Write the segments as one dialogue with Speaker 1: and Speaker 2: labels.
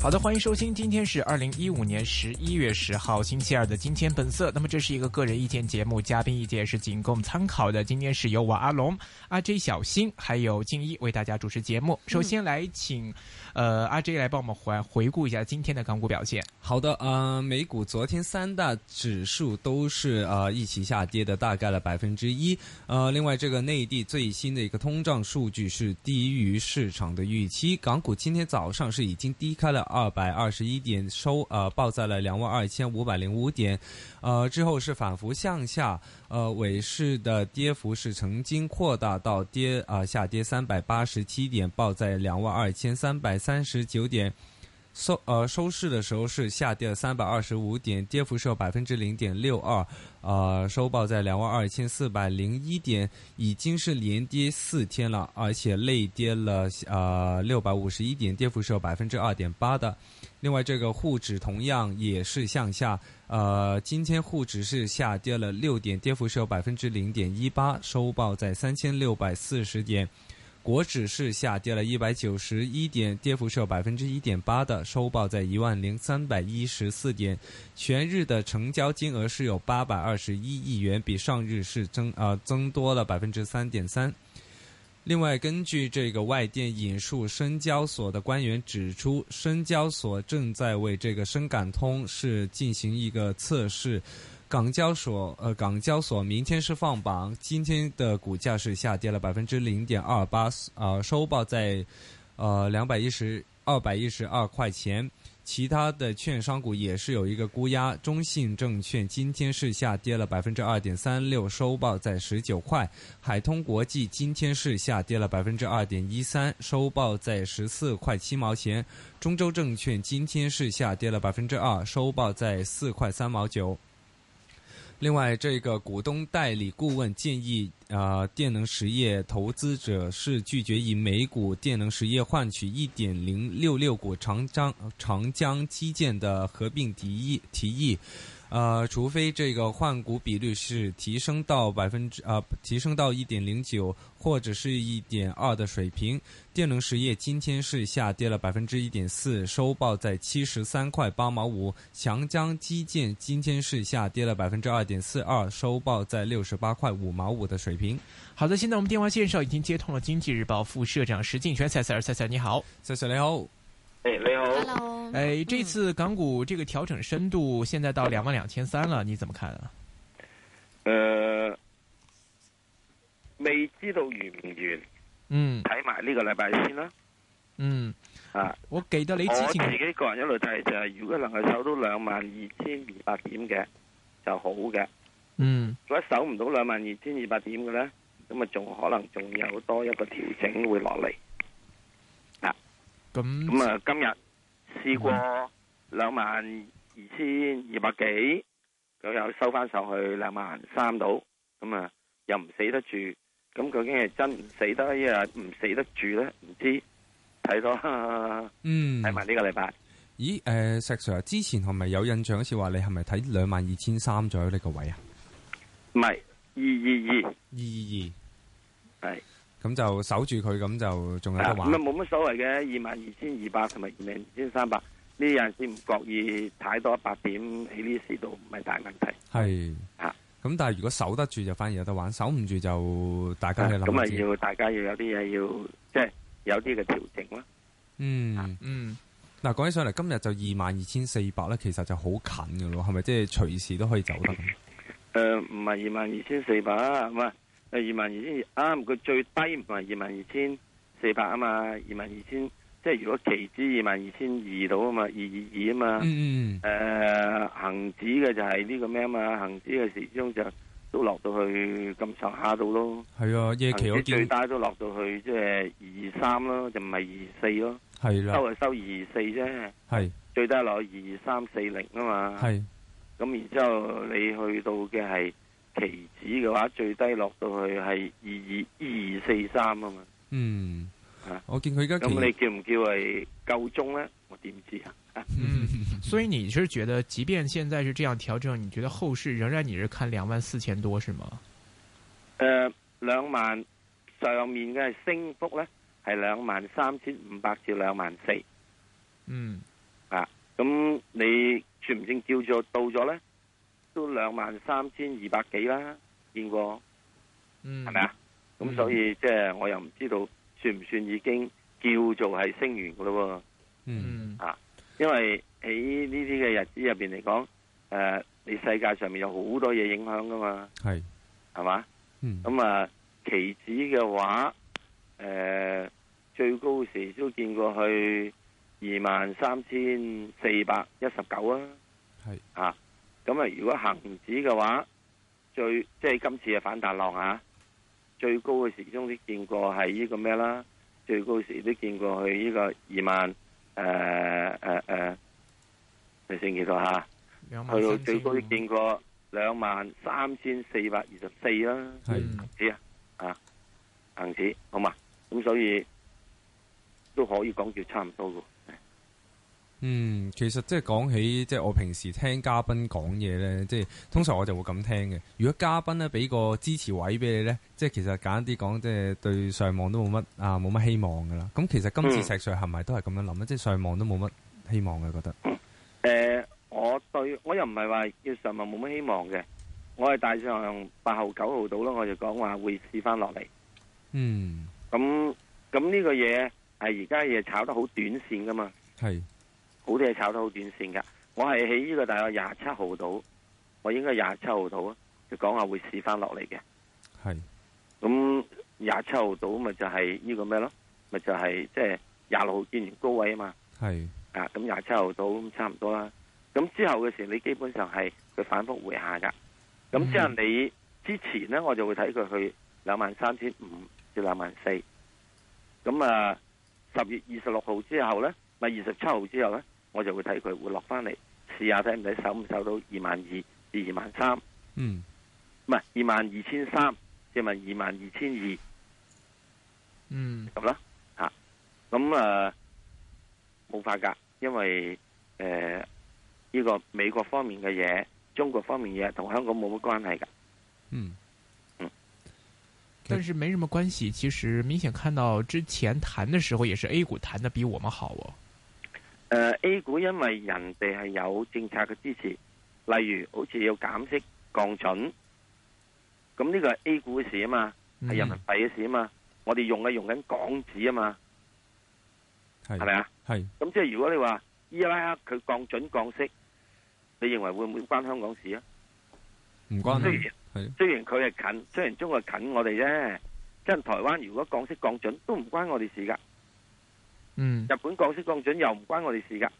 Speaker 1: 好的，欢迎收听，今天是二零一五年十一月十号星期二的《金钱本色》。那么这是一个个人意见节目，嘉宾意见是仅供参考的。今天是由我阿龙、阿 J、小新还有静一为大家主持节目。首先来请，呃，阿 J 来帮我们回回顾一下今天的港股表现。
Speaker 2: 好的，呃，美股昨天三大指数都是呃一起下跌的，大概了百分之一。呃，另外这个内地最新的一个通胀数据是低于市场的预期，港股今天早上是已经低开了二百二十一点，收呃报在了两万二千五百零五点，呃之后是反复向下，呃尾市的跌幅是曾经扩大到跌啊、呃下跌三百八十七点，报在两万二千三百三十九点。收呃收市的时候是下跌了三百二十五点，跌幅是有百分之零点六二，呃，收报在两万二千四百零一点，已经是连跌四天了，而且累跌了呃六百五十一点，跌幅是有百分之二点八的。另外，这个沪指同样也是向下，呃，今天沪指是下跌了六点，跌幅是有百分之零点一八，收报在三千六百四十点。国指是下跌了一百九十一点，跌幅是有百分之一点八的，收报在一万零三百一十四点。全日的成交金额是有八百二十一亿元，比上日是增呃增多了百分之三点三。另外，根据这个外电引述深交所的官员指出，深交所正在为这个深港通是进行一个测试。港交所呃，港交所明天是放榜，今天的股价是下跌了百分之零点二八，呃，收报在呃两百一十二百一十二块钱。其他的券商股也是有一个估压，中信证券今天是下跌了百分之二点三六，收报在十九块；海通国际今天是下跌了百分之二点一三，收报在十四块七毛钱；中州证券今天是下跌了百分之二，收报在四块三毛九。另外，这个股东代理顾问建议，呃，电能实业投资者是拒绝以每股电能实业换取一点零六六股长江长江基建的合并提议提议，呃，除非这个换股比率是提升到百分之呃提升到一点零九或者是一点二的水平。电能实业今天是下跌了百分之一点四，收报在七十三块八毛五。强江基建今天是下跌了百分之二点四二，收报在六十八块五毛五的水平。
Speaker 1: 好的，现在我们电话线上已经接通了《经济日报》副社长石敬全赛赛尔，赛赛你好。
Speaker 2: 谢谢你好。
Speaker 3: 诶，哎你好，
Speaker 4: Hello，
Speaker 3: 嗯
Speaker 1: 哎，这次港股这个调整深度现在到两万两千三了，你怎么看啊？
Speaker 3: Ờ, 诶、未知道完唔完，
Speaker 1: 嗯
Speaker 3: 睇埋呢個禮拜先啦。
Speaker 1: 嗯，
Speaker 3: 啊，
Speaker 1: 我给的雷之
Speaker 3: 我
Speaker 1: 前，
Speaker 3: 自己個人一路睇就係、如果能夠守到兩萬二千二百點嘅就好嘅，
Speaker 1: 嗯
Speaker 3: 如果守唔到兩萬二千二百點嘅咧，咁啊仲可能仲有多一個調整會落嚟。咁
Speaker 1: 咁
Speaker 3: 啊，今日試過兩萬二千二百幾，佢又收翻上去兩萬三度，咁啊又唔死得住，咁究竟係真唔死得，一係唔死得住咧？唔知睇多睇
Speaker 2: 嗯，
Speaker 3: 埋呢個禮拜。
Speaker 2: 咦？诶、石 Sir，之前係咪有印象好似話你係咪睇兩萬二千三左右呢個位啊？
Speaker 3: 唔係二
Speaker 2: 二二
Speaker 3: 二二係
Speaker 2: 二，咁就守住佢，咁就仲有
Speaker 3: 啊
Speaker 2: 得
Speaker 3: 咁
Speaker 2: 玩
Speaker 3: 啊。冇乜所謂嘅，二萬二千二百同埋二萬二千三百，呢有陣時唔覺意睇多一百點喺呢市度唔係大問題。
Speaker 2: 系
Speaker 3: 啊
Speaker 2: 咁但系如果守得住就反而有得玩，守唔住就大家去諗
Speaker 3: 咁啊
Speaker 2: 下先
Speaker 3: 要大家要有啲嘢要即係有啲嘅調整啦。啊
Speaker 2: 嗯，
Speaker 1: 嗯
Speaker 2: 嗱講起上嚟，今日就二萬二千四百咧，其實就好近嘅咯，係咪即係隨時都可以走得？
Speaker 3: 啊诶、呃唔系二万二千四百，唔係诶二万二千二啱，佢最低唔係二萬二千四百啊嘛，二萬二千即係如果期指二萬二千二到啊嘛，二二二啊嘛，
Speaker 2: 嗯嗯
Speaker 3: 诶、恒指嘅就係呢個咩啊嘛，恒指嘅時鐘就都落到去咁上下度咯，
Speaker 2: 嗯，係啊，夜
Speaker 3: 恒
Speaker 2: 期
Speaker 3: 指
Speaker 2: 我
Speaker 3: 最
Speaker 2: 見
Speaker 3: 低都落到去即係二三咯，就唔係二四咯，
Speaker 2: 係啦，
Speaker 3: 收係收二四啫，
Speaker 2: 係
Speaker 3: 最低落去二三四零啊嘛。
Speaker 2: 係
Speaker 3: 咁然之後你去到嘅係期指嘅話，最低落到去係二二二四三啊嘛。
Speaker 2: 嗯
Speaker 3: 啊，
Speaker 2: 我見佢而家
Speaker 3: 咁
Speaker 2: 其
Speaker 3: 你叫唔叫係夠鐘咧？我點知啊？
Speaker 1: 嗯，所以你是觉得，即便现在是这样调整，你觉得后市仍然你是看两万四千多是吗？
Speaker 3: 诶、两萬上面嘅升幅咧係兩萬三千五百至兩萬四。
Speaker 1: 嗯
Speaker 3: 咁你算唔算叫做到咗咧？都兩萬三千二百幾啦，見過
Speaker 1: 嗯，
Speaker 3: 係咪啊？咁、
Speaker 1: 嗯
Speaker 3: 所以即係我又唔知道算唔算已經叫做係升完噶咯
Speaker 2: 嗯
Speaker 1: 嗯
Speaker 3: 喎？因為喺呢啲嘅日子入边嚟講，诶、你世界上面有好多嘢影響噶嘛，
Speaker 2: 係
Speaker 3: 係嘛？
Speaker 2: 嗯
Speaker 3: 咁啊，期指嘅話，诶、最高時都見過去二萬三千四百一十九啊。
Speaker 2: 係
Speaker 3: 咁啊，如果恒指嘅話，最即係今次嘅反彈浪下，最高嘅時鐘都見過係呢個咩啦，最高時都見過去呢個二萬誒誒誒，你先見到嚇，
Speaker 1: 两万
Speaker 3: 啊去到
Speaker 1: 三千
Speaker 3: 最高都
Speaker 1: 五
Speaker 3: 見過兩萬三千四百二十四啦，
Speaker 2: 係
Speaker 1: 嗯
Speaker 3: 知啊啊，恒指好嘛，咁所以都可以講叫差唔多嘅。
Speaker 2: 嗯，其實即係講起即係我平時聽嘉賓講嘢呢，即係通常我就會咁聽嘅。如果嘉賓呢俾個支持位俾你呢，即係其實簡單啲講，即係對上網都冇乜啊冇乜希望噶啦。咁其實今次
Speaker 3: 嗯
Speaker 2: 石 Sir 係咪都係咁樣諗呢？即係上網都冇乜希望嘅，覺得
Speaker 3: 诶、我對我又唔係話叫上望冇乜希望嘅，我係大上八號九號到啦，我就講話會試翻落嚟。
Speaker 2: 嗯
Speaker 3: 咁咁呢個嘢係而家嘢炒得好短線噶嘛，
Speaker 2: 係
Speaker 3: 好多嘢炒得好短線噶。我係喺呢個大概廿七號到，我應該廿七號到啊，就講話會試翻落嚟嘅。
Speaker 2: 係
Speaker 3: 咁廿七號到咪就係呢個咩咯？咪就係即係廿六號見完高位啊嘛。
Speaker 2: 係
Speaker 3: 啊，咁廿七號到咁差唔多啦。咁之後嘅時候，你基本上係佢反覆回下噶。咁之後你之前呢，我就會睇佢去兩萬三千五至兩萬四。咁啊，十月二十六號之後呢，咪二十七號之後呢，我就會睇佢會落翻嚟試下睇唔睇守唔守到二萬二至二萬三，唔
Speaker 2: 嗯
Speaker 3: 係二萬二千三至問二萬二千二。
Speaker 1: 嗯
Speaker 3: 咁啦，吓咁啊冇法噶，因為诶呢、個美國方面嘅嘢，中國方面嘅嘢同香港冇乜關係噶。
Speaker 2: 嗯
Speaker 1: 但是没什么关系。其实明显看到之前谈的时候，也是 A 股谈的比我们好哦。
Speaker 3: 诶、A 股因為人哋係有政策嘅支持，例如好似要減息降準，咁呢個係 A 股嘅事啊嘛，係人民幣嘅事啊嘛，我哋用嘅用緊港紙啊嘛，
Speaker 2: 係
Speaker 3: 係咪啊？
Speaker 2: 係
Speaker 3: 咁即係如果你話伊拉克佢降準降息，你認為會唔會關香港事啊？
Speaker 2: 唔關
Speaker 3: 雖然
Speaker 2: 嗯係
Speaker 3: 雖然佢係近，雖然中國係近我哋啫，真係台灣如果降息降準都唔關我哋事噶，
Speaker 1: 嗯
Speaker 3: 日本降息降準又唔關我哋事噶，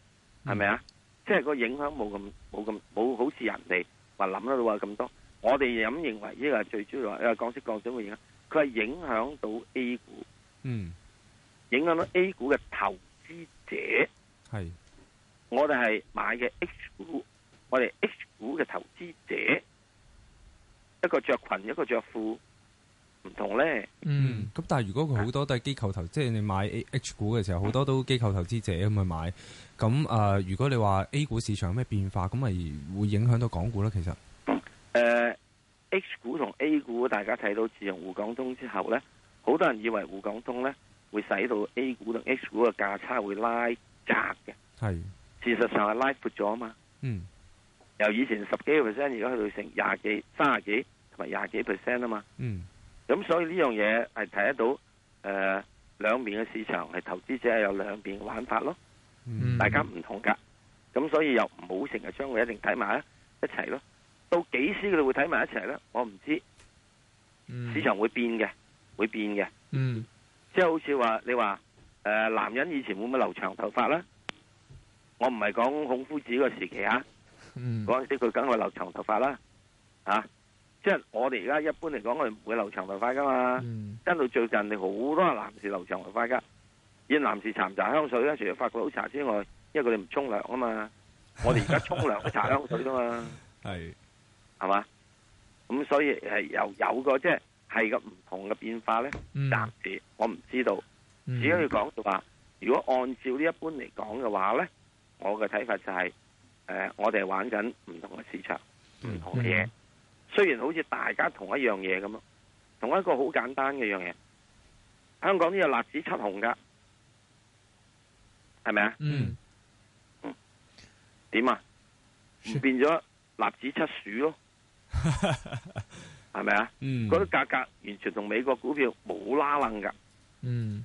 Speaker 3: 係咪啊？即係個影響冇咁冇咁冇好似人哋話諗得到話咁多，我哋咁認為呢個係最主要話，因為降息降準會影響，佢係影響到 A 股，
Speaker 2: 嗯
Speaker 3: 影響到 A 股嘅投資者。
Speaker 2: 係
Speaker 3: 我哋係買嘅 H 股，我哋 H 股嘅投資者，一個着裙，一個着褲，唔同呢。
Speaker 1: 嗯
Speaker 2: 嗯，咁但係如果
Speaker 3: 啊
Speaker 2: 佢好多都係機構投，即係你買 A- H 股
Speaker 3: 嗯
Speaker 2: 嘅時候，好多都機構投資者咁去買。咁啊、呃如果你話 A 股市場有咩變化，咁咪會影響到港股啦。其實
Speaker 3: 诶、h 呃股同 A 股，大家睇到自從滬港通之後呢，好多人以為滬港通呢會使到 A 股同 H 股嘅價差會拉窄嘅，
Speaker 2: 係，
Speaker 3: 事實上係拉闊咗啊嘛。
Speaker 2: 嗯
Speaker 3: 由以前十幾個 percent，而家去到成廿幾、三十幾同埋廿幾 percent 啊嘛。
Speaker 2: 嗯
Speaker 3: 咁所以呢樣嘢係睇得到诶、誒兩邊嘅市場係投資者係有兩邊嘅玩法咯，
Speaker 1: 嗯
Speaker 2: 嗯
Speaker 3: 大家唔同噶。咁所以又唔好成日將佢一定睇埋一齊咯。到幾時佢哋會睇埋一齊呢？我唔知。
Speaker 1: 嗯
Speaker 3: 市場會變嘅，會變嘅，
Speaker 1: 嗯
Speaker 3: 即係好似話你話誒、呃男人以前會唔會留長頭髮咧？我唔係講孔夫子個時期啊，
Speaker 1: 嗯
Speaker 3: 嗰陣時佢梗係留長頭髮啦，啊！即係我哋而家一般嚟講，我哋唔會留長頭髮噶嘛。
Speaker 1: 嗯
Speaker 3: 跟到最近，你好多男士留長頭髮噶，而男士搽唔搽香水咧？除咗法國佬搽之外，因為佢哋唔沖涼 啊嘛。我哋而家沖涼都搽香水噶嘛，
Speaker 2: 嗯係
Speaker 3: 係嘛？咁所以係有有個即係係個唔同嘅變化咧，
Speaker 1: 嗯
Speaker 3: 暫時我唔知道。
Speaker 1: 嗯
Speaker 3: 只可以講就話，如果按照呢一般嚟講嘅話咧，我嘅睇法就係、呃我哋係玩緊唔同嘅市場，
Speaker 1: 嗯
Speaker 3: 唔同嘅嘢。雖然好似大家同一樣嘢咁咯，同一個好簡單嘅樣嘢。香港都有辣子七紅噶，係咪啊？
Speaker 1: 嗯
Speaker 3: 點啊？
Speaker 1: 是
Speaker 3: 唔變咗辣子七鼠 咯，係咪啊？
Speaker 2: 嗯
Speaker 3: 嗰啲價格完全同美國股票冇拉楞噶。
Speaker 1: 嗯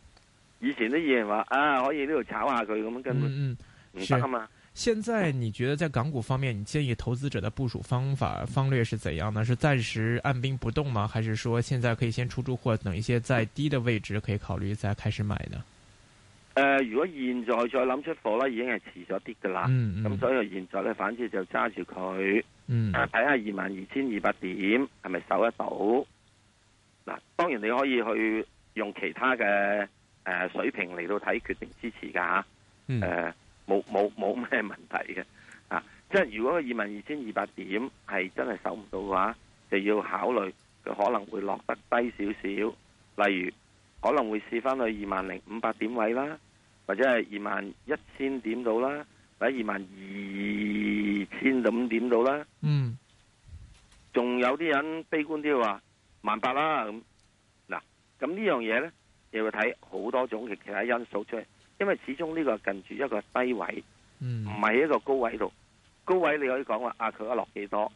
Speaker 3: 以前啲嘢人話啊，可以呢度炒下佢咁樣，根本
Speaker 1: 嗯嗯。
Speaker 3: 唔得啊嘛。
Speaker 1: 现在你觉得在港股方面，你建议投资者的部署方法方略是怎样呢？是暂时按兵不动吗？还是说现在可以先出出货，等一些再低的位置可以考虑再开始买呢？
Speaker 3: 诶、呃如果現在再諗出貨咧，已經係遲咗啲噶啦。
Speaker 1: 嗯
Speaker 3: 咁、
Speaker 1: 嗯
Speaker 3: 所以現在咧，反正就揸住佢，
Speaker 1: 嗯
Speaker 3: 啊睇下二萬二千二百點係咪守得到。嗱，當然你可以去用其他嘅诶、呃水平嚟到睇決定支持噶吓。
Speaker 2: 嗯
Speaker 3: 诶、冇冇冇咩 問題嘅啊！即係如果二萬二千二百點係真係守唔到嘅話，就要考慮佢可能會落得低少少，例如可能會試翻去二萬零五百點位啦，或者係二萬一千點到啦，或者二萬二千咁點到啦。
Speaker 1: 嗯
Speaker 3: 仲有啲人悲觀啲話萬八啦咁。嗱，咁呢樣嘢呢，又要睇好多種嘅其他因素出嚟，因為始終呢個近住一個低位。唔
Speaker 1: 嗯
Speaker 3: 係一個高位度，高位你可以講話啊，佢一落幾多？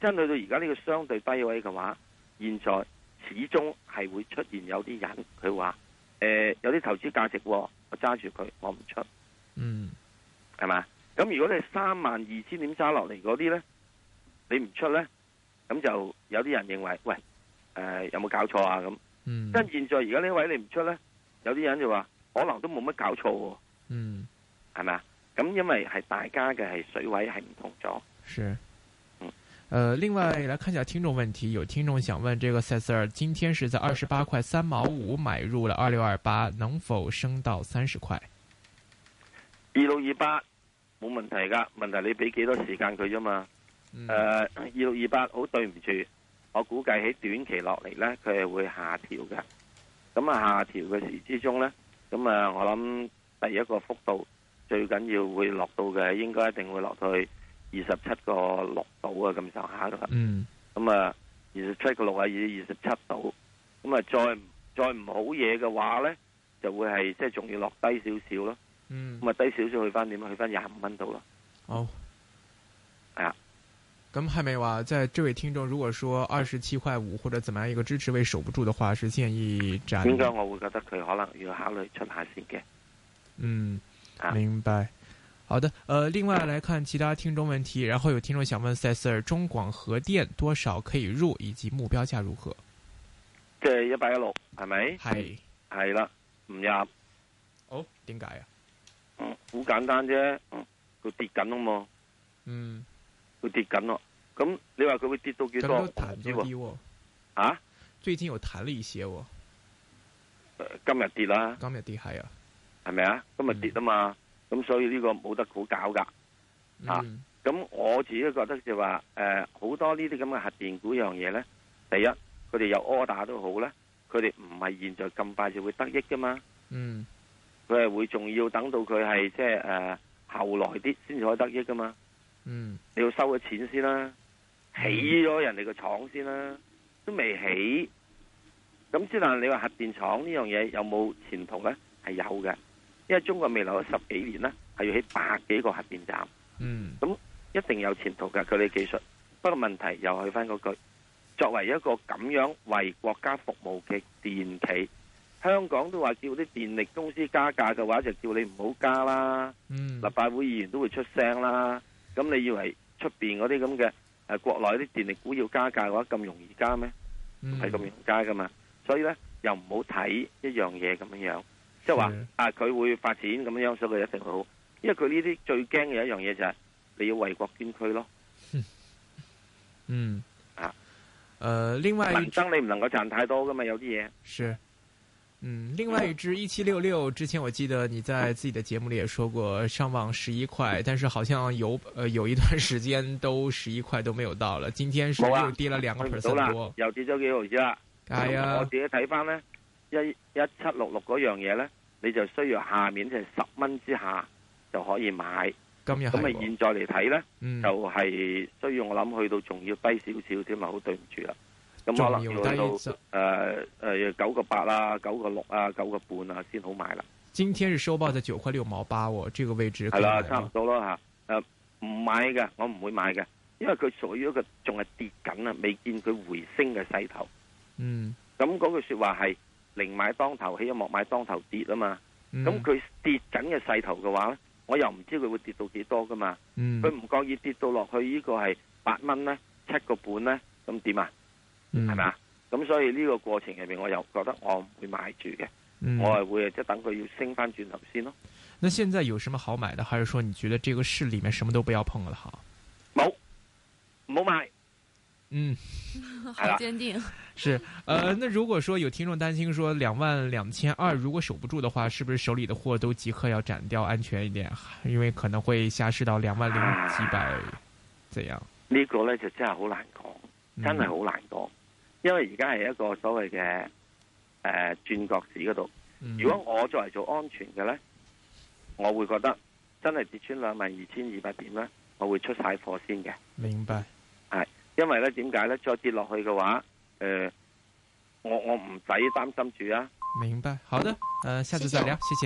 Speaker 3: 真去到而家呢個相對低位嘅話，現在始終係會出現有啲人佢話誒有啲投資價值喎，我揸住佢，我唔出，
Speaker 1: 嗯
Speaker 3: 係嘛？咁如果你三萬二千點揸落嚟嗰啲呢，你唔出呢，咁就有啲人認為喂誒、呃有冇搞錯啊咁？
Speaker 1: 嗯
Speaker 3: 跟現在而家呢位你唔出呢，有啲人就話可能都冇乜搞錯喎、
Speaker 1: 嗯
Speaker 3: 係咪啊？咁因為係大家嘅係水位係唔同咗。
Speaker 1: 是
Speaker 3: 嗯。
Speaker 1: 呃，另外来看一下听众问题，有听众想问这个塞斯尔今天是在二十八块三毛五买入了二六二八，能否升到三十块？
Speaker 3: 二六二八冇問題噶，問題你俾幾多時間佢啫嘛。
Speaker 1: 嗯
Speaker 3: 誒、呃二六二八好對唔住，我估計喺短期落嚟呢，佢係會下調嘅。咁啊，下調嘅時之中呢，咁啊，我諗第一個幅度最緊要會落到嘅，應該一定會落到去二十七個六度啊咁上下噶啦。
Speaker 1: 嗯
Speaker 3: 咁啊，二十七個六啊，二二十七度。咁啊，再唔再唔好嘢嘅話呢，就會係即係仲要落低少少咯。
Speaker 1: 嗯，
Speaker 3: 咁啊，低少少去翻點啊？去翻廿五蚊度咯。
Speaker 1: 哦，
Speaker 3: 係啊。
Speaker 1: 咁係咪話，即係這位聽眾，如果說二十七塊五或者怎麼樣一個支持位守不住的話，是建議斬？
Speaker 3: 應該我會覺得佢可能要考慮出下先嘅。
Speaker 1: 嗯
Speaker 3: 啊，
Speaker 1: 明白。好的，呃，另外来看其他听众问题，然后有听众想问塞 Sir 中广核电多少可以入，以及目标价如何？
Speaker 3: 即係一百一六係咪？
Speaker 1: 係，
Speaker 3: 係啦，唔入，
Speaker 1: 哦，點解啊？
Speaker 3: 嗯好簡單啫。嗯佢跌緊啊嘛，
Speaker 1: 嗯，
Speaker 3: 佢跌緊咯。咁你話佢會跌到幾
Speaker 1: 咁
Speaker 3: 多？我
Speaker 1: 都
Speaker 3: 唔
Speaker 1: 彈
Speaker 3: 知
Speaker 1: 咗
Speaker 3: 喎
Speaker 1: 啲喎，
Speaker 3: 啊，
Speaker 1: 最近有彈了一些喎，
Speaker 3: 呃今日跌啦，
Speaker 1: 今日啲係啊，
Speaker 3: 係咪啊？今日跌啊嘛，咁所以呢個冇得好搞㗎。啊
Speaker 1: 嗯
Speaker 3: 咁我自己覺得就話誒好多呢啲咁嘅核電股樣嘢呢，第一佢哋有 order 都好咧，佢哋唔係現在咁快就會得益㗎嘛。
Speaker 1: 嗯
Speaker 3: 佢係會仲要等到佢係即係誒後來啲先至可以得益噶嘛？
Speaker 1: 嗯
Speaker 3: 你要收咗錢先啦，起咗人哋個廠先啦，都未起。咁之但你話核電廠呢樣嘢有冇前途呢？係有嘅，因為中國未來有十幾年呢，係要起百幾個核電站，
Speaker 1: 嗯
Speaker 3: 一定有前途嘅佢哋技術。不過問題又去翻嗰句，作為一個咁樣為國家服務嘅電企，香港都話叫啲電力公司加價嘅話，就叫你唔好加啦。
Speaker 1: 嗯
Speaker 3: 立法會議員都會出聲啦。咁你以為出邊嗰啲咁嘅誒國內啲電力股要加價嘅話咁容易加咩？
Speaker 1: 嗯
Speaker 3: 唔係咁容易加噶嘛。所以呢，又唔好睇一樣嘢咁樣樣，即係話
Speaker 1: 是
Speaker 3: 啊佢會發展咁樣樣，所以佢一定會好。因為佢呢啲最驚嘅一樣嘢就係你要為國捐軀咯。
Speaker 1: 嗯
Speaker 3: 啊，
Speaker 1: 呃，另外一
Speaker 3: 民生你唔能夠賺太多噶嘛，有啲嘢。
Speaker 1: 是，嗯，另外一只一七六六，之前我记得你在自己的节目里也说过，上网十一块，但是好像有呃有一段时间都十一块都没有到了，今天是
Speaker 3: 冇啊
Speaker 1: 又跌了兩個
Speaker 3: 去唔到
Speaker 1: percent
Speaker 3: 啦
Speaker 1: 多，，
Speaker 3: 又跌咗幾毫子啦。
Speaker 1: 係
Speaker 3: 咁我
Speaker 1: 啊，
Speaker 3: 自己睇翻咧，一一七六六嗰樣嘢咧，你就需要下面即係十蚊之下就可以買。
Speaker 1: 今日係
Speaker 3: 咁啊，
Speaker 1: 喎
Speaker 3: 現在嚟睇咧，
Speaker 1: 嗯
Speaker 3: 就係需要我諗去到仲要低少少添啊，好對唔住啦。咁
Speaker 1: 仲
Speaker 3: 可
Speaker 1: 要
Speaker 3: 能要去到
Speaker 1: 低走
Speaker 3: 誒誒九個八啊、九個六啊、九個半啊先好買啦。
Speaker 1: 今天是收報在九塊六毛八哦，這個位置可
Speaker 3: 係
Speaker 1: 以
Speaker 3: 啦，
Speaker 1: 買
Speaker 3: 差唔
Speaker 1: 嗎？
Speaker 3: 多啦嚇。誒唔買嘅，我唔會買嘅，因為佢屬於一個仲係跌緊啊，未見佢回升嘅勢頭。
Speaker 1: 嗯，
Speaker 3: 咁嗰句説話係寧買當頭起，莫買當頭跌啊嘛。
Speaker 1: 嗯
Speaker 3: 咁佢跌緊嘅勢頭嘅話咧，我又唔知佢會跌到幾多噶嘛。
Speaker 1: 嗯
Speaker 3: 佢唔覺意跌到落去呢個係八蚊咧、七個半咧，咁點啊？
Speaker 1: 嗯
Speaker 3: 係咪啊？咁所以呢個過程入面，我又覺得我唔會買住嘅，
Speaker 1: 嗯
Speaker 3: 我係會即係等佢要升翻轉頭先咯。
Speaker 1: 那現在有什麼好買的？還是說你覺得這個市裏面什麼都不要碰了好？
Speaker 3: 冇，唔好買。
Speaker 1: 嗯，
Speaker 3: 好
Speaker 4: 好坚定，
Speaker 1: 是，呃，那如果说有聽眾擔心说两万两千二如果守不住的话，是不是手里的货都即刻要斬掉，安全一點？因為可能會下市到两万零几百，怎樣？
Speaker 3: 呢個呢就真係好難講，
Speaker 1: 嗯
Speaker 3: 真係好難講，因為而家係一個所謂嘅誒轉角市嗰度。
Speaker 1: 嗯
Speaker 3: 如果我作為做安全嘅呢，我會覺得真係跌穿兩萬二千二百點呢，我會出晒貨先嘅。
Speaker 1: 明白，
Speaker 3: 因為呢點解呢？再跌落去嘅話，誒、我我唔使擔心住啊。
Speaker 1: 明白。好的，呃，下次再聊，謝謝。